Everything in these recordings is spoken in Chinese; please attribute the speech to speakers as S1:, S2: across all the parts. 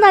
S1: 大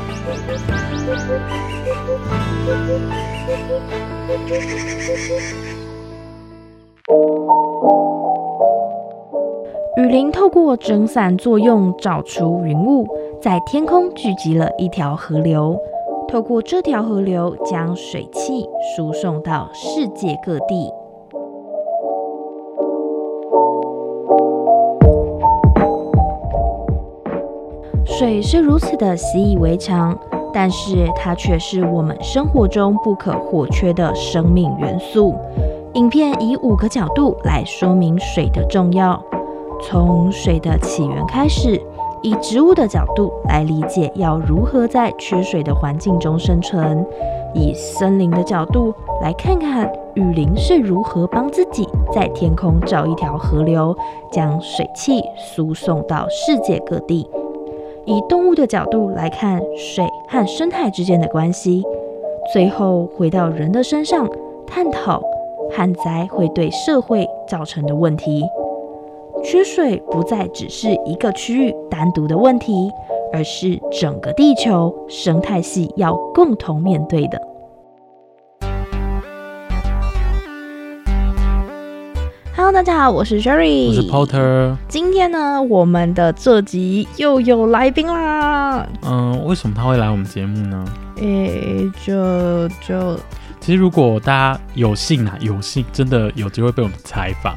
S1: 雨林透过蒸散作用找出云雾，在天空聚集了一条河流。透过这条河流，将水汽输送到世界各地。水是如此的习以为常，但是它却是我们生活中不可或缺的生命元素。影片以五个角度来说明水的重要，从水的起源开始，以植物的角度来理解要如何在缺水的环境中生存；以森林的角度来看看雨林是如何帮自己在天空找一条河流，将水汽输送到世界各地。以动物的角度来看水和生态之间的关系，最后回到人的身上，探讨旱灾会对社会造成的问题。缺水不再只是一个区域单独的问题，而是整个地球生态系要共同面对的。Hello，大家好，我是 Jerry，
S2: 我是 Porter。
S1: 今天呢，我们的这集又有来宾啦。
S2: 嗯，为什么他会来我们节目呢？
S1: 诶、就就
S2: 其实如果大家有幸啊，有幸真的有机会被我们采访，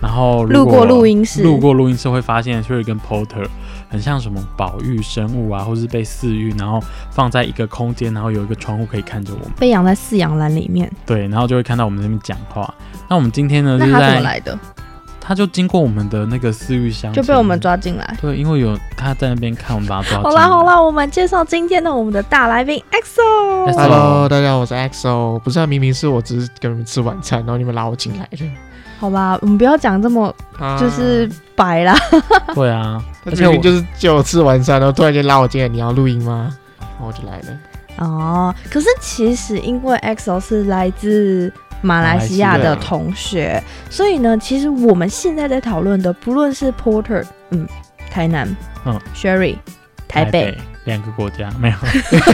S2: 然后如
S1: 路
S2: 果
S1: 过录音室，
S2: 路过录音室会发现，就是跟 Porter 很像什么保育生物啊，或是被饲育，然后放在一个空间，然后有一个窗户可以看着我们，
S1: 被养在饲养栏里面。
S2: 对，然后就会看到我们这边讲话。那我们今天呢，
S1: 那
S2: 就是
S1: 他怎么
S2: 在
S1: 来的？
S2: 他就经过我们的那个饲育箱，
S1: 就被我们。抓进来。
S2: 对，因为有他在那边看，我们把他抓进
S1: 好
S2: 来
S1: 啦好，啦，我们介绍今天的我们的大来宾哦 EXO。
S2: Exo
S3: Hello，大家好，我是 XO。不是、啊，明明是我只是跟你们吃晚餐，然后你们拉我进来的。
S1: 好吧，我们不要讲这么
S3: 啊
S1: 就是白啦。
S2: 对啊，
S3: 他
S2: 而且
S3: 明
S2: 我
S3: 明就是叫我吃晚餐，然后突然间拉我进来，你要录音吗？然后我就来 了。
S1: 哦，可是其实因为 EXO 是来自马来西亚的同学，所以呢，其实我们现在在讨论的，不论是 Porter，嗯，台南，
S2: 嗯
S1: ，Sherry，台北，
S2: 两个国家没有。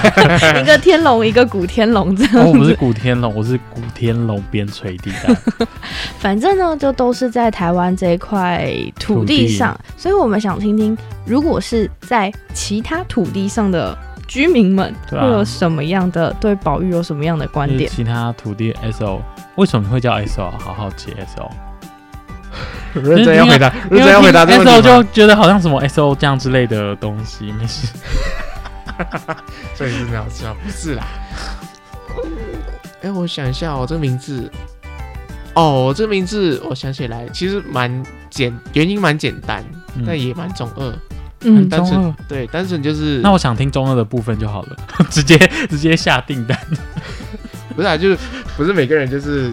S1: 一个天龙，一个古天龙 这
S2: 哦，我
S1: 样
S2: 不是
S1: 子。
S2: 古天龙，我是古天龙边陲地带。
S1: 反正呢，就都是在台湾这一块土地上，所以我们想听听，如果是在其他土地上的居民们，会
S2: 对啊
S1: 有什么样的对保育有什么样的 观
S2: 就是
S1: 点？
S2: 其他土地 SO，为什么会叫 SO？好好奇 SO。
S3: 认真要回答，认真要回答这
S2: SO
S3: 个问题
S2: 就
S3: 吗。
S2: 觉得好像什么 SO 这样之类的东西，没事。
S3: 所以是没有吃啊？不是啦。哎、我想一下哦，我这个名字，哦，我这个名字我想起来，其实蛮简，原因蛮简单，
S2: 嗯
S3: 但也蛮中二。
S1: 嗯，
S3: 单
S2: 中
S3: 纯
S2: 二
S3: 对，单纯就是
S2: 那我想听中二的部分就好了， 直接直接下订单。
S3: 不是啊，就是不是每个人就是，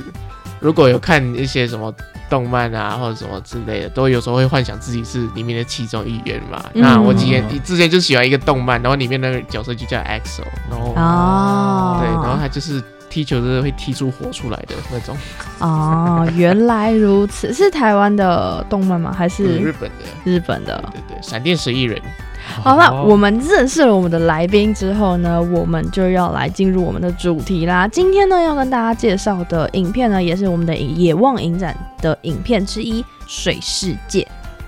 S3: 如果有看一些什么动漫啊或者什么之类的，都有时候会幻想自己是里面的其中一员嘛。
S1: 嗯
S3: 那我之前
S2: 嗯
S3: 之前就喜欢一个动漫，然后里面那个角色就叫 EXO，然后、
S1: 哦，
S3: 对，然后他就是踢球就是会踢出火出来的那种，
S1: 哦，原来如此，是台湾的动漫吗？还
S3: 嗯日
S1: 是
S3: 本的，
S1: 日本的？
S3: 对对，闪电十一人，
S1: 好了，
S2: 哦
S1: 我们认识了我们的来宾之后呢，我们就要来进入我们的主题啦。今天呢，要跟大家介绍的影片呢，也是我们的野望影展的影片之一《水世界》。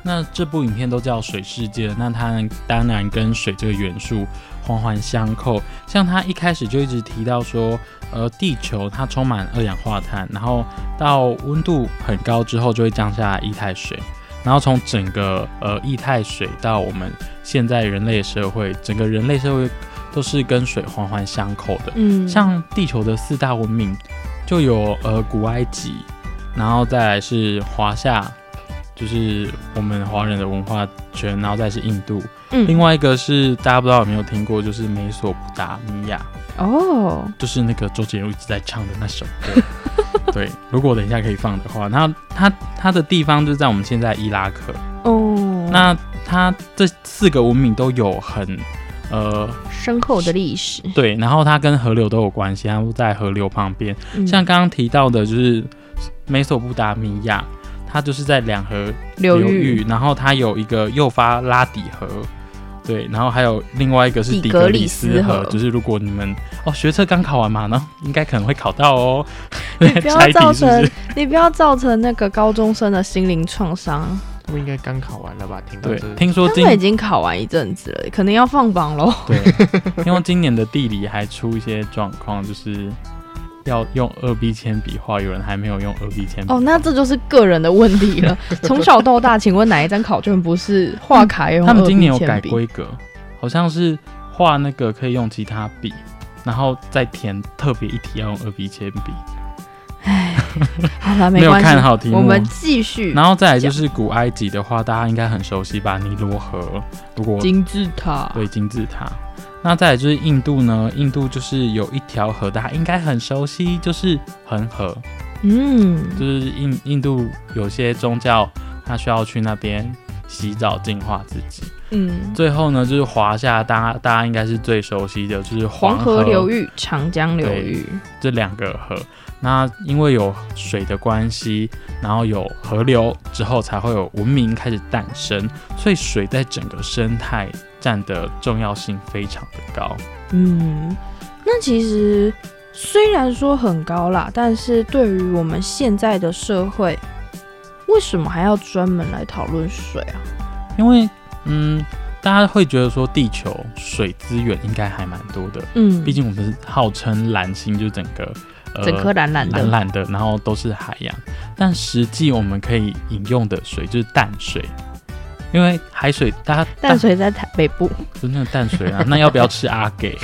S2: 那这部影片都叫《水世界》，那它当然跟水这个元素环环相扣。像它一开始就一直提到说，呃，地球它充满二氧化碳，然后到温度很高之后就会降下液态水，然后从整个呃液态水到我们现在人类社会，整个人类社会都是跟水环环相扣的。
S1: 嗯，
S2: 像地球的四大文明，就有呃古埃及，然后再来是华夏、就是我们华人的文化圈，然后再是印度，
S1: 嗯，
S2: 另外一个是大家不知道有没有听过，就是美索不达米亚，
S1: 哦，
S2: 就是那个周杰伦一直在唱的那首歌。对，如果我等一下可以放的话，那它它的地方就在我们现在伊拉克。
S1: 哦，
S2: 那它这四个文明都有很呃
S1: 深厚的历史，
S2: 对，然后它跟河流都有关系，它都在河流旁边。
S1: 嗯
S2: 像刚刚提到的，就是美索不达米亚，它就是在两河
S1: 流
S2: 域，然后它有一个幼发拉底河，对，然后还有另外一个是
S1: 底
S2: 底
S1: 格
S2: 格
S1: 里
S2: 里
S1: 斯
S2: 斯河，
S1: 河
S2: 就是如果你们哦学测刚考完嘛，然后应该可能会考到哦，
S1: 不要
S2: 猜
S1: 造
S2: 题是不
S1: 成
S2: 是？
S1: 你不要造成那个高中生的心灵创伤。
S3: 他们应该刚考完了吧？听到
S2: 对
S3: 这，
S2: 听说
S1: 他
S2: 今
S1: 们已经考完一阵子了，可能要放榜喽。
S2: 对， 因为今年的地理还出一些状况，就是要用二 B 铅笔画，有人还没有用二 B 铅笔
S1: 哦，那这就是个人的问题 了。从小到大，请问哪一张考卷不是画卡用？
S2: 他们今年有改，规格，好像是画那个可以用其他笔，然后再填特别一题要用二 B 铅笔。
S1: 好啦，
S2: 没有
S1: 关系
S2: 看好题目
S1: 我们继续。
S2: 然后再来就是古埃及的话，大家应该很熟悉吧？尼罗河，如果
S1: 金字塔，
S2: 对金字塔。那再来就是印度呢，印度就是有一条河，大家应该很熟悉，就是恒河，
S1: 嗯，
S2: 就是印印度有些宗教，他需要去那边洗澡净化自己。
S1: 嗯，
S2: 最后呢，就是华夏，大家大家应该是最熟悉的，就是
S1: 黄河
S2: 河
S1: 流域、长江流
S2: 对
S1: 域，
S2: 这两个河。那因为有水的关系，然后有河流之后，才会有文明开始诞生，所以水在整个生态占的重要性非常的高。
S1: 嗯，那其实虽然说很高啦，但是对于我们现在的社会，为什么还要专门来讨论水啊？
S2: 因为，嗯，大家会觉得说地球水资源应该还蛮多的，
S1: 嗯，
S2: 毕竟我们是号称蓝星，就整个呃
S1: 整颗蓝蓝的，
S2: 蓝蓝的，然后都是海洋，但实际我们可以饮用的水就是淡水。因为海水，大家
S1: 淡水在台北部，
S2: 不是那个淡水啊， 那要不要吃阿给？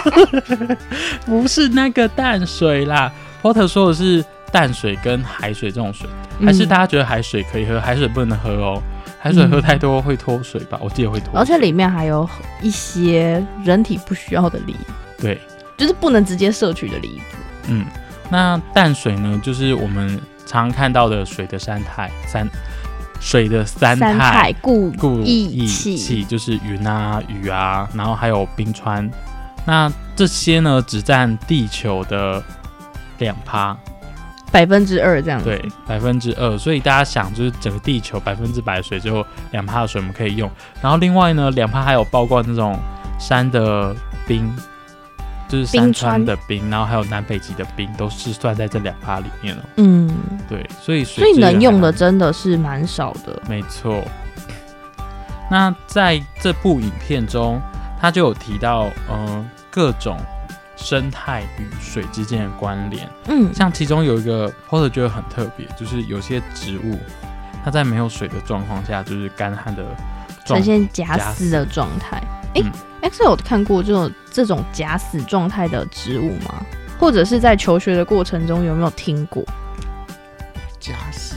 S2: 不是那个淡水啦，Porter 说的是淡水跟海水这种水，
S1: 嗯
S2: 还是大家觉得海水可以喝，海水不能喝哦，海水喝太多会脱水吧？我记得会脱
S1: 嗯，
S2: 水，
S1: 而且里面还有一些人体不需要的锂，
S2: 对，
S1: 就是不能直接摄取的锂。
S2: 嗯，那淡水呢，就是我们常看到的水的三态，三水的三
S1: 三
S2: 态。
S1: 固
S2: 固
S1: 义
S2: 义
S1: 气，
S2: 气就是云啊、雨啊，然后还有冰川。那这些呢，只占地球的两趴，
S1: 百分之二这样子。
S2: 对，百分之二。所以大家想，就是整个地球百分之百的水，只有两趴的水我们可以用。然后另外呢，两趴还有包括那种山的冰，就是山
S1: 冰川
S2: 川的冰，然后还有南北极的冰，都是算在这两趴里面了。
S1: 嗯，
S2: 对，所以
S1: 所
S2: 所
S1: 以能用的真的是蛮少的。
S2: 没错。那在这部影片中，他就有提到，呃，各种生态与水之间的关联。
S1: 嗯，
S2: 像其中有一个 Porter 觉得很特别，就是有些植物，它在没有水的状况下，就是干旱的状
S1: 呈现假
S2: 假
S1: 死
S2: 死
S1: 的状态。诶
S2: 嗯
S1: x 有看过这种这种假死状态的植物吗？或者是在求学的过程中有没有听过？
S3: 假死，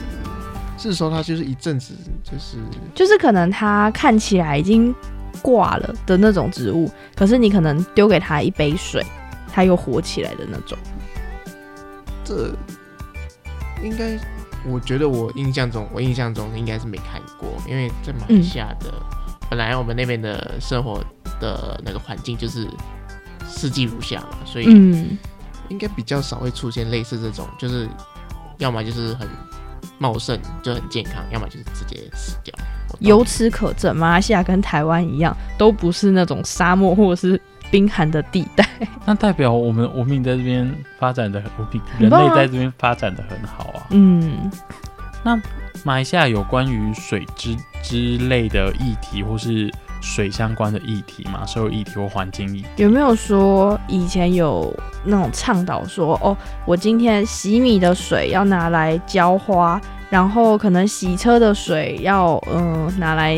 S3: 是说他就是一阵子就是
S1: 就是可能它看起来已经挂了的那种植物，可是你可能丢给它一杯水，它又活起来的那种。
S3: 这应该，我觉得我印象中，我印象中应该是没看过，因为在马来西亚的，本来我们那边的生活的那个环境就是四季如夏嘛，所以
S1: 嗯，
S3: 应该比较少会出现类似这种，就是要么就是很茂盛就很健康，要么就是直接死掉。我懂
S1: 由此可证，马来西亚跟台湾一样，都不是那种沙漠或者是冰寒的地带。
S2: 那代表我们文明在这边发展的，文明
S1: 很
S2: 人
S1: 棒啊
S2: 类在这边发展的很好啊。
S1: 嗯，
S2: 马来西亚有关于水之之类的议题，或是水相关的议题嘛，社会议题或环境议题。
S1: 有没有说以前有那种倡导说，哦，我今天洗米的水要拿来浇花，然后可能洗车的水要嗯、呃拿来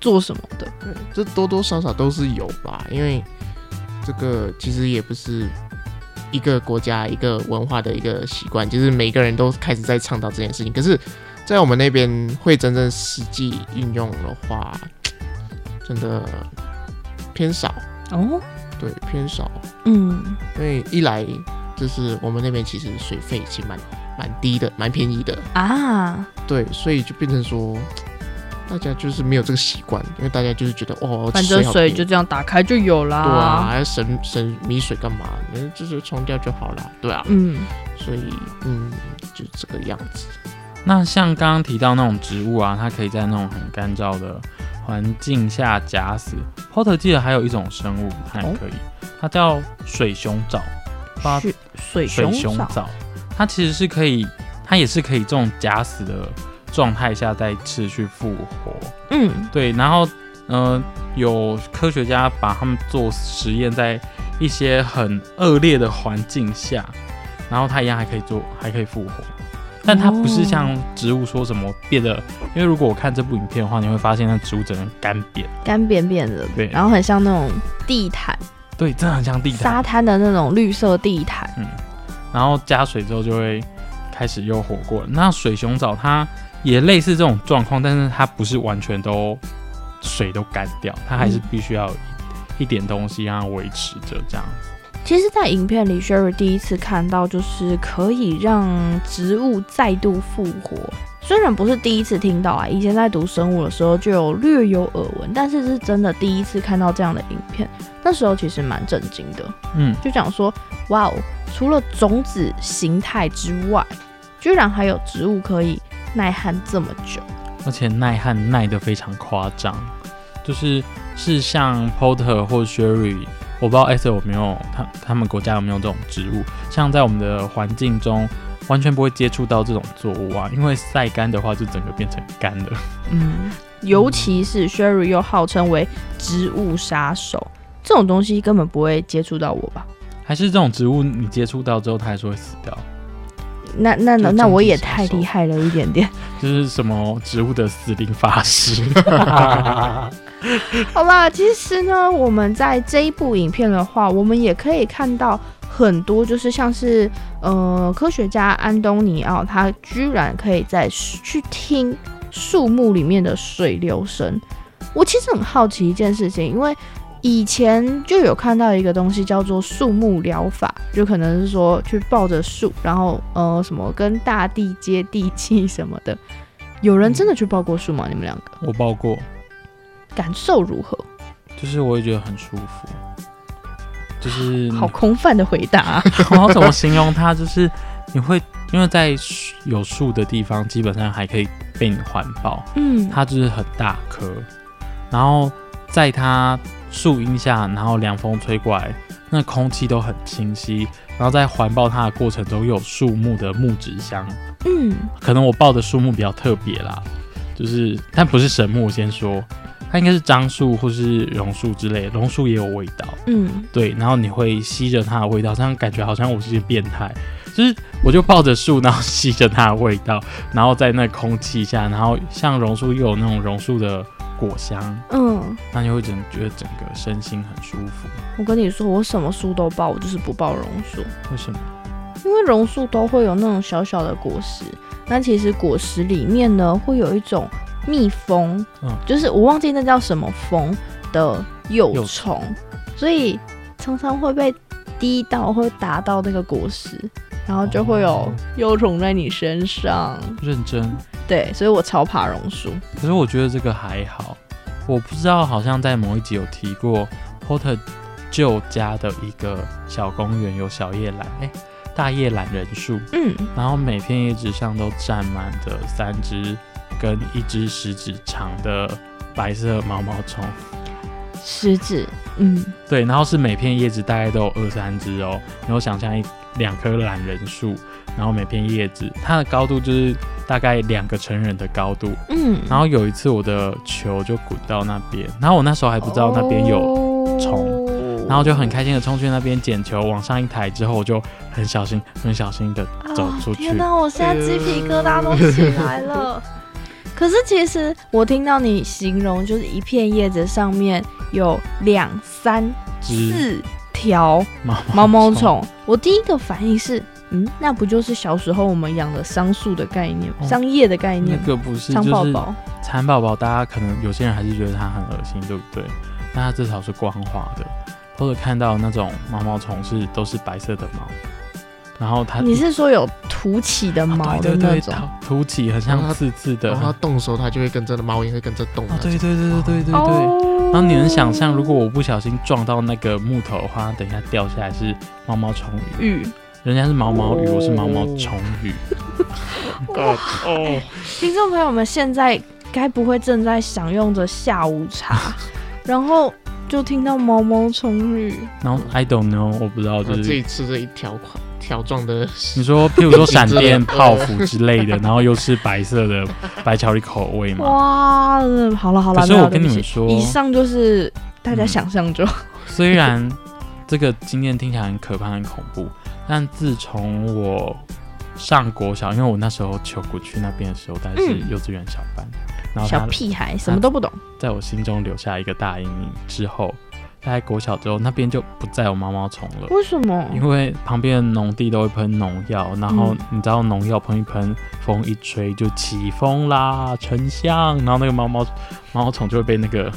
S1: 做什么的？
S3: 对这多多少少都是有吧，因为这个其实也不是一个国家一个文化的一个习惯，就是每个人都开始在倡导这件事情。可是在我们那边会真正实际应用的话，真的偏少，
S1: 哦，
S3: 对，偏少。
S1: 嗯，
S3: 因为一来就是我们那边其实水费其实蛮蛮低的，蛮便宜的，
S1: 啊，
S3: 对，所以就变成说。大家就是没有这个习惯，因为大家就是觉得哦，
S1: 反正
S3: 好
S1: 水
S3: 便宜
S1: 就这样打开就有啦。
S3: 对啊，还省省米水干嘛？嗯，就是冲掉就好了，对啊。
S1: 嗯，
S3: 所以嗯，就这个样子。
S2: 那像刚刚提到那种植物啊，它可以在那种很干燥的环境下假死。Porter 记得还有一种生物它也可以，它叫水熊藻，不知道
S1: 哦水水
S2: 水
S1: 熊
S2: 熊
S1: 藻
S2: 藻，它其实是可以，它也是可以这种假死的状态下再次去复活。
S1: 嗯，
S2: 对，然后呃，有科学家把他们做实验，在一些很恶劣的环境下，然后它一样还可以做，还可以复活。但它不是像植物说什么变得，因为如果我看这部影片的话，你会发现那植物整个干扁，
S1: 干扁扁的，
S2: 对
S1: 然后很像那种地毯，
S2: 对，真的很像地毯。
S1: 沙滩的那种绿色地毯。
S2: 然后加水之后就会开始又活过了。那水熊藻它也类似这种状况，但是它不是完全都水都干掉，它还是必须要有一一点东西让它维持着这样。
S1: 其实，在影片里，Sherry 第一次看到就是可以让植物再度复活。虽然不是第一次听到啊，以前在读生物的时候就有略有耳闻，但是是真的第一次看到这样的影片。那时候其实蛮震惊的，
S2: 嗯，
S1: 就讲说，哇哦，除了种子形态之外，居然还有植物可以耐旱这么久。
S2: 而且耐旱耐得非常夸张，就是是像 Porter 或 Sherry，我不知道 S 有没有他他们国家有没有这种植物，像在我们的环境中完全不会接触到这种作物啊，因为晒干的话就整个变成干的。
S1: 嗯，尤其是 Sherry 又号称为植物杀手，这种东西根本不会接触到我吧？
S2: 还是这种植物你接触到之后它还是会死掉，
S1: 那那那
S3: 就
S1: 那
S3: 种
S1: 我
S3: 地
S1: 也
S3: 杀
S1: 太
S3: 手
S1: 厉害了一点点。
S2: 就是什么植物的死灵法师。
S1: 好啦，其实呢，我们在这一部影片的话，我们也可以看到很多，就是像是呃，科学家安东尼奥，他居然可以在去听树木里面的水流声。我其实很好奇一件事情，因为以前就有看到一个东西叫做树木疗法，就可能是说去抱着树，然后呃什么跟大地接地气什么的。有人真的去抱过树吗？你们两个
S2: 我抱过，
S1: 感受如何？
S2: 就是我也觉得很舒服，就是
S1: 好空泛的回答、啊
S2: 我要怎么形容它？就是你会因为在树有树的地方，基本上还可以被你环抱，
S1: 嗯，
S2: 它就是很大棵，然后在它树荫下，然后凉风吹过来，那空气都很清晰，然后在环抱它的过程中，又有树木的木质香，
S1: 嗯，
S2: 可能我抱的树木比较特别啦，就是但不是神木，我先说。它应该是樟树或是榕树之类的，榕树也有味道。
S1: 嗯，
S2: 对，然后你会吸着它的味道，这样感觉好像我是一个变态，就是我就抱着树，然后吸着它的味道，然后在那空气下，然后像榕树又有那种榕树的果香，
S1: 嗯，
S2: 那你会整觉得整个身心很舒服。
S1: 我跟你说，我什么树都抱，我就是不抱榕树，
S2: 为什么？
S1: 因为榕树都会有那种小小的果实，那其实果实里面呢会有一种蜜蜂，
S2: 嗯
S1: 就是我忘记那叫什么蜂的幼
S2: 幼
S1: 虫，所以常常会被滴到或打到那个果实，然后就会有
S2: 哦
S1: 幼虫在你身上。
S2: 认真？
S1: 对，所以我超怕榕树。
S2: 可是我觉得这个还好，我不知道，好像在某一集有提过 Porter 旧家的一个小公园有小叶兰，哎、大叶懒人树，
S1: 嗯，
S2: 然后每片叶子上都站满着三只跟一只食指长的白色毛毛虫。
S1: 狮子，嗯。
S2: 对，然后是每片叶子大概都有二三只哦。然后想象一两棵懒人树，然后每片叶子它的高度就是大概两个成人的高度。
S1: 嗯，
S2: 然后有一次我的球就滚到那边，然后我那时候还不知道那边有
S1: 哦
S2: 虫
S1: 虫
S2: 然后就很开心的冲去那边捡球，往上一抬之后，我就很小心、很小心的走出去。
S1: 啊哦天哪，我现在鸡皮疙瘩都起来 了。可是其实我听到你形容，就是一片叶子上面有两三
S2: 只
S1: 四条
S2: 毛
S1: 毛毛虫，我第一个反应是嗯，那不就是小时候我们养的桑树的概念、
S2: 哦
S1: 桑叶的概念
S2: 那、个不是就
S1: 桑宝
S2: 是
S1: 宝？
S2: 蚕宝宝，大家可能有些人还是觉得它很恶心，对不对？但它至少是光滑的，或者看到那种毛毛虫是都是白色的毛，然后它啊
S1: 你是说有凸起的毛
S2: 对
S1: 的
S2: 对
S1: 那
S2: 对，
S1: 种？
S2: 哦它凸起很像刺刺的，
S3: 然后它
S2: 很
S3: 动的时候，它就会跟着猫也会跟着动
S2: 哦
S3: 那，种。
S2: 对对对对对对对。
S1: 哦
S2: 然后你能想象，如果我不小心撞到那个木头的话，等一下掉下来是毛毛虫鱼，
S1: 玉
S2: 人家是毛毛鱼，我是毛毛虫鱼。
S3: 哦哦，
S1: 听众朋友们现在该不会正在享用着下午茶， 然后就听到毛毛虫语？
S2: 然后 I don't know，我不知道，
S3: 我
S2: 就
S3: 自
S2: 是
S3: 己吃着一条款条状的，
S2: 你说，譬如说闪 电
S3: 这个
S2: 泡芙之类的，然后又是白色的 白巧克力口味嘛。
S1: 哇，嗯好了好了，
S2: 可是
S1: 没有
S2: 我跟
S1: 对不
S2: 你们
S1: 起
S2: 说嗯
S1: 以上就是大家想象中。
S2: 虽然这个经验听起来很可怕、很恐怖，但自从我上国小，因为我那时候求古去那边的时候，但是
S1: 嗯
S2: 幼稚园小班，然后
S1: 小
S2: 他
S1: 屁孩什么都不懂，
S2: 在我心中留下一个大阴影之后，大概国小之后，那边就不再有毛毛虫了。
S1: 为什么？
S2: 因为旁边的农地都会喷农药，然后
S1: 嗯
S2: 你知道农药喷一喷，风一吹就起风啦，沉香，然后那个毛毛毛毛虫就会被那个。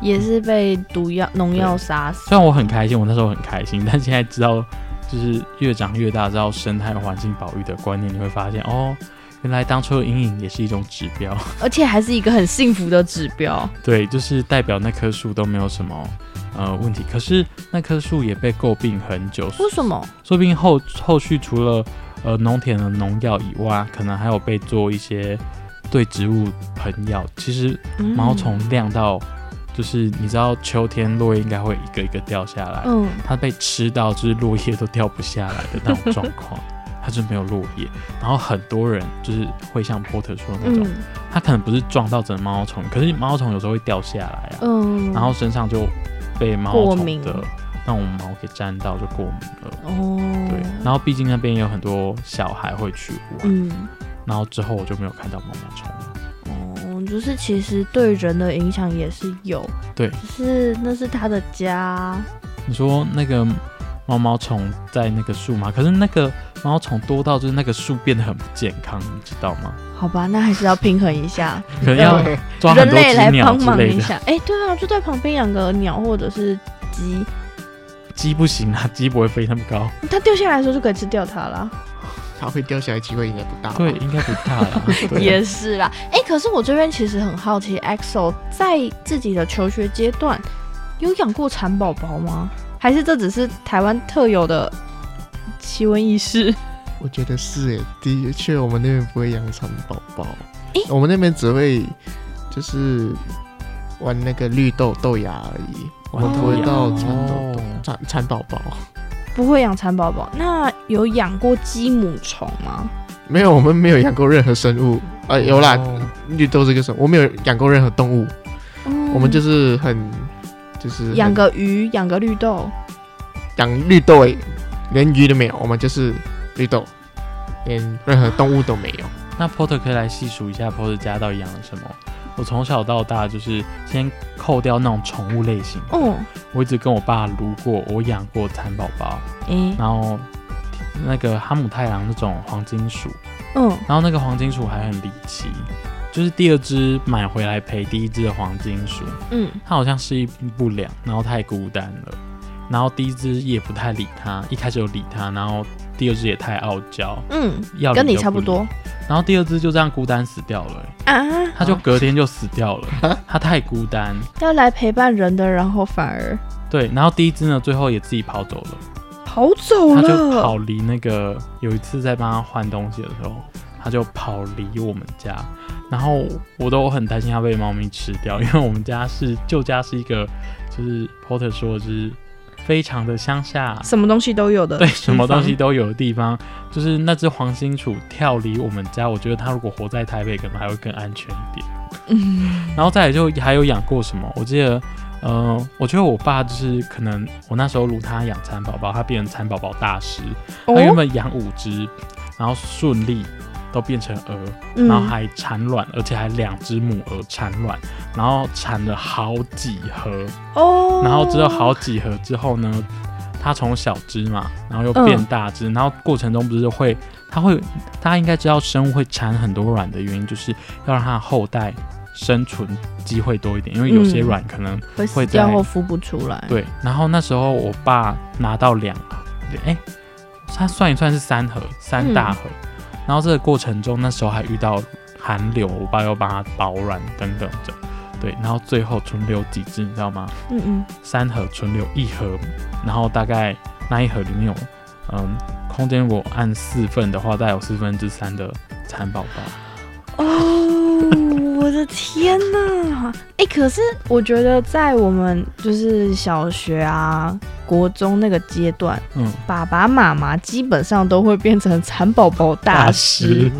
S1: 也是被毒药、农药杀死。
S2: 虽然我很开心，我那时候很开心，但现在知道，就是越长越大，知道生态环境保育的观念，你会发现哦，原来当初的阴影也是一种指标，
S1: 而且还是一个很幸福的指标。
S2: 对，就是代表那棵树都没有什么。呃，问题可是那棵树也被诟病很久，
S1: 为什么？
S2: 说不定后后续除了呃农田的农药以外，可能还有被做一些对植物喷药。其实
S1: 嗯
S2: 毛虫亮到，就是你知道秋天落叶应该会一个一个掉下来，
S1: 嗯，
S2: 它被吃到就是落叶都掉不下来的那种状 况，它就没有落叶。然后很多人就是会像波特说的那种，
S1: 嗯
S2: 它可能不是撞到整毛毛虫，可是毛毛虫有时候会掉下来啊，
S1: 嗯，
S2: 然后身上就被毛毛
S1: 过敏
S2: 虫的那种毛给沾到就过敏了。
S1: 哦，
S2: 对，然后毕竟那边有很多小孩会去玩，
S1: 嗯，
S2: 然后之后我就没有看到毛毛虫了。
S1: 哦，就是其实对人的影响也是有，
S2: 对
S1: 只是那是他的家，
S2: 你说那个毛毛虫在那个树吗？可是那个毛毛虫多到就是那个树变得很不健康，你知道吗？
S1: 好吧，那还是要平衡一下，
S2: 可能要
S3: 对
S2: 抓很
S1: 嗯人
S2: 多
S1: 类来
S2: 只鸟
S1: 帮
S2: 之
S1: 忙
S2: 类
S1: 一
S2: 的。
S1: 下。哎，对啊，就在旁边养个鸟或者是鸡，
S2: 鸡不行啊，鸡不会飞那么 高。
S1: 它掉下来的时候就可以吃掉它啦。
S3: 它会掉下来机会应该不大。
S2: 对，，应该不大 啦。对
S1: 也是啦，哎、可是我这边其实很好奇，EXO 在自己的求学阶段有养过蚕宝宝吗？还是这只是台湾特有的奇闻异事？
S3: 我觉得是诶，的确我们那边不会养蚕宝宝，我们那边只会就是玩那个绿豆豆芽而已，我
S2: 玩
S3: 们不
S2: 豆
S3: 会
S2: 芽
S3: 到蚕豆
S2: 哦
S3: 蚕蚕宝宝。
S1: 不会养蚕宝宝，那有养过鸡母虫吗？
S3: 没有，我们没有养过任何生物，呃，有啦，
S2: 哦
S3: 绿豆这个生物，我没有养过任何动物，我们就是是很就是很
S1: 嗯养个鱼，养个绿豆。
S3: 养绿豆诶，连鱼都没有，我们就是绿豆，连任何动物都没 有。
S2: 那 Porter 可以来细数一下 Porter 家到底养了什么。我从小到大就是先扣掉那种宠物类型，
S1: 哦、
S2: 我一直跟我爸撸过，我养过蚕宝宝，
S1: 诶，
S2: 然后那个哈姆太郎那种黄金鼠，
S1: 嗯，
S2: 然后那个黄金鼠还很离奇，就是第二只买回来陪第一只的黄金鼠，
S1: 嗯，
S2: 它好像适应不良，然后太孤单了，然后第一只也不太理它，一开始有理它，然后第二只也太傲娇，
S1: 嗯，
S2: 要理
S1: 跟你
S2: 又
S1: 差不
S2: 理
S1: 多，
S2: 然后第二只就这样孤单死掉了、欸
S1: 啊。
S2: 它就隔天就死掉了，它太孤单，
S1: 要来陪伴人的，然后反而
S2: 对，然后第一只呢最后也自己跑走了。
S1: 跑走
S2: 他就
S1: 了
S2: 跑。离那个有一次在帮他换东西的时候，他就跑离我们家，然后我都很担心他被猫咪吃掉，因为我们家是旧家是一个就是 Porter 说的就是非常的乡下，
S1: 什么东西都有的，
S2: 对，什么东西都有的地方，就是那只黄金鼠跳离我们家，我觉得它如果活在台北，可能还会更安全一点。嗯，然后再来就还有养过什么？我记得，呃，我觉得我爸就是可能我那时候如他养蚕宝宝，他变成蚕宝宝大师，他原
S1: 哦，
S2: 本养五只，然后顺利都变成鹅，
S1: 嗯
S2: 然后还产卵，而且还两只母鹅产卵，然后产了好几盒，
S1: 哦，
S2: 然后只有好几盒之后呢，它从小只嘛，然后又
S1: 嗯
S2: 变大只，然后过程中不是会，它会，大家应该知道生物会产很多卵的原因，就是要让它的后代生存机会多一点，因为有些
S1: 嗯
S2: 卵可能、
S1: 会死
S2: 会
S1: 掉
S2: 在
S1: 或孵不出来。
S2: 对。然后那时候我爸拿到两，哎、他算一算是三盒，三大盒。然后
S1: 嗯
S2: 这个过程中，那时候还遇到寒流，我爸又帮他保卵等等的，对。然后最后存留几只，你知道吗？
S1: 嗯嗯，
S2: 三盒存留一盒，然后大概那一盒里面有，嗯，空间我按四份的话，大概有四分之三的蚕宝宝。
S1: 嗯哦， 我的天呐！哎、可是我觉得在我们就是小学啊、国中那个阶段，
S2: 嗯，
S1: 爸爸妈妈基本上都会变成蚕宝宝大师，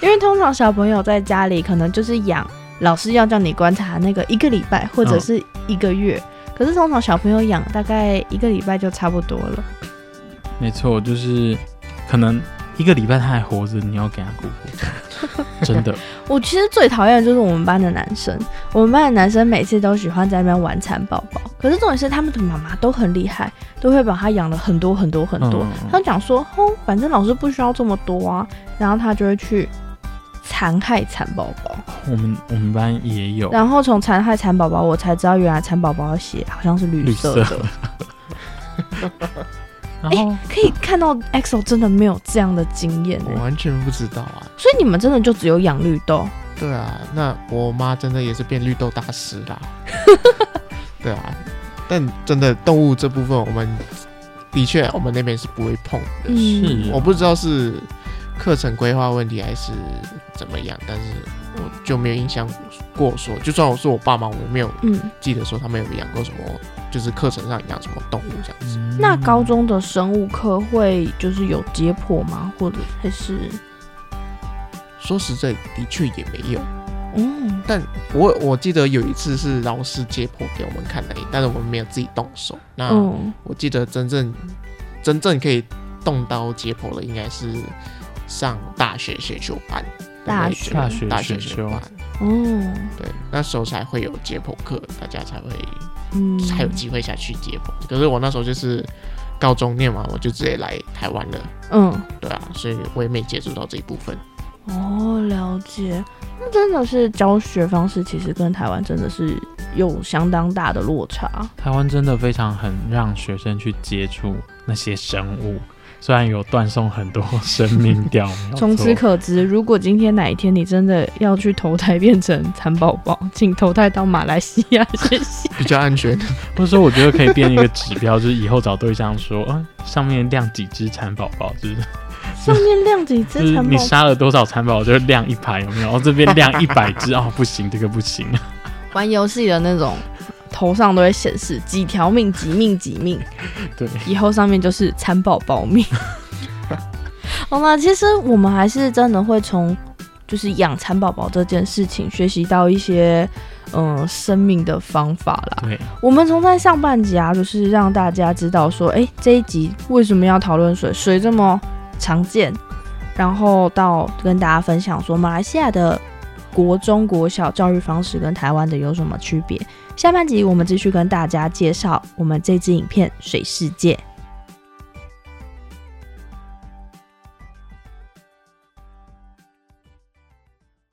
S1: 因为通常小朋友在家里可能就是养，老师要叫你观察那个一个礼拜或者是一个月，可是通常小朋友养大概一个礼拜就差不多了。
S2: 没错，就是可能一个礼拜他还活着，你要给他鼓 鼓，真的。
S1: 我其实最讨厌的就是我们班的男生，我们班的男生每次都喜欢在那边玩蚕宝宝，可是重点是他们的妈妈都很厉害，都会把它养了很多很多很多。
S2: 嗯嗯嗯
S1: 他讲说，哦，反正老师不需要这么多啊，然后他就会去残害蚕宝宝，
S2: 我们我们班也有
S1: 然后从残害蚕宝宝，我才知道原来蚕宝宝的血好像是绿
S2: 绿
S1: 色
S2: 色
S1: 的。
S2: 然后
S1: 可以看到 EXO 真的没有这样的经验、
S3: 我
S2: 哦
S1: 欸，
S3: 完全不知道啊。
S1: 所以你们真的就只有养绿豆。
S3: 对啊，那我妈真的也是变绿豆大师 啦。对啊，但真的动物这部分，我们的确我们那边是不会碰的。
S2: 嗯是
S1: 嗯
S3: 我不知道是课程规划问题还是怎么样，但是我就没有印象过说，就算我说我爸妈，我没有
S1: 嗯，
S3: 记得说他们有养过什么，就是课程上养什么动物这样子。
S2: 嗯
S1: 那高中的生物课会就是有解剖吗？或者还是
S3: 说实在，的确也没有。
S1: 嗯
S3: 但我我记得有一次是老师解剖给我们看的，但是我们没有自己动手。那
S1: 嗯
S3: 我记得真正真正可以动刀解剖的，应该是上大学选修班的那一种。
S2: 大学
S3: 大学
S2: 选
S3: 选
S2: 修
S3: 班，
S2: 嗯
S1: 哦
S3: 对，那时候才会有解剖课，大家才会
S1: 嗯，
S3: 才有机会下去解剖。可是我那时候就是高中念完，我就直接来台湾了，
S1: 嗯
S3: 对啊，所以我也没接触到这一部分。
S1: 哦了解。那真的是教学方式其实跟台湾真的是有相当大的落差。
S2: 台湾真的非常很让学生去接触那些生物，虽然有断送很多生命掉，没有
S1: 从此
S2: 错
S1: 可知，如果今天哪一天你真的要去投胎变成蚕宝宝，请投胎到马来西亚， 谢谢。
S3: 比较安全。
S2: 或者说我觉得可以变一个指标，就是以后找对象说， 嗯，上面亮几只蚕宝宝，就是
S1: 上面亮几只
S2: 就是
S1: 蚕
S2: 你
S1: 宝宝，
S2: 杀了多少蚕宝宝就亮一排，有没有？哦，这边亮一百只，哦，不行，这个不行。
S1: 玩游戏的那种，头上都会显示几条命、几命、几 命，
S2: 对，
S1: 以后上面就是蚕宝宝 命。好啦，其实我们还是真的会从就是养蚕宝宝这件事情学习到一些嗯、呃生命的方法啦。
S2: 对，
S1: 我们从在上半集啊，就是让大家知道说，哎、这一集为什么要讨论水？水这么常见，然后到跟大家分享说马来西亚的国中国小教育方式跟台湾的有什么区别。下半集我们继续跟大家介绍我们这支影片《水世界》。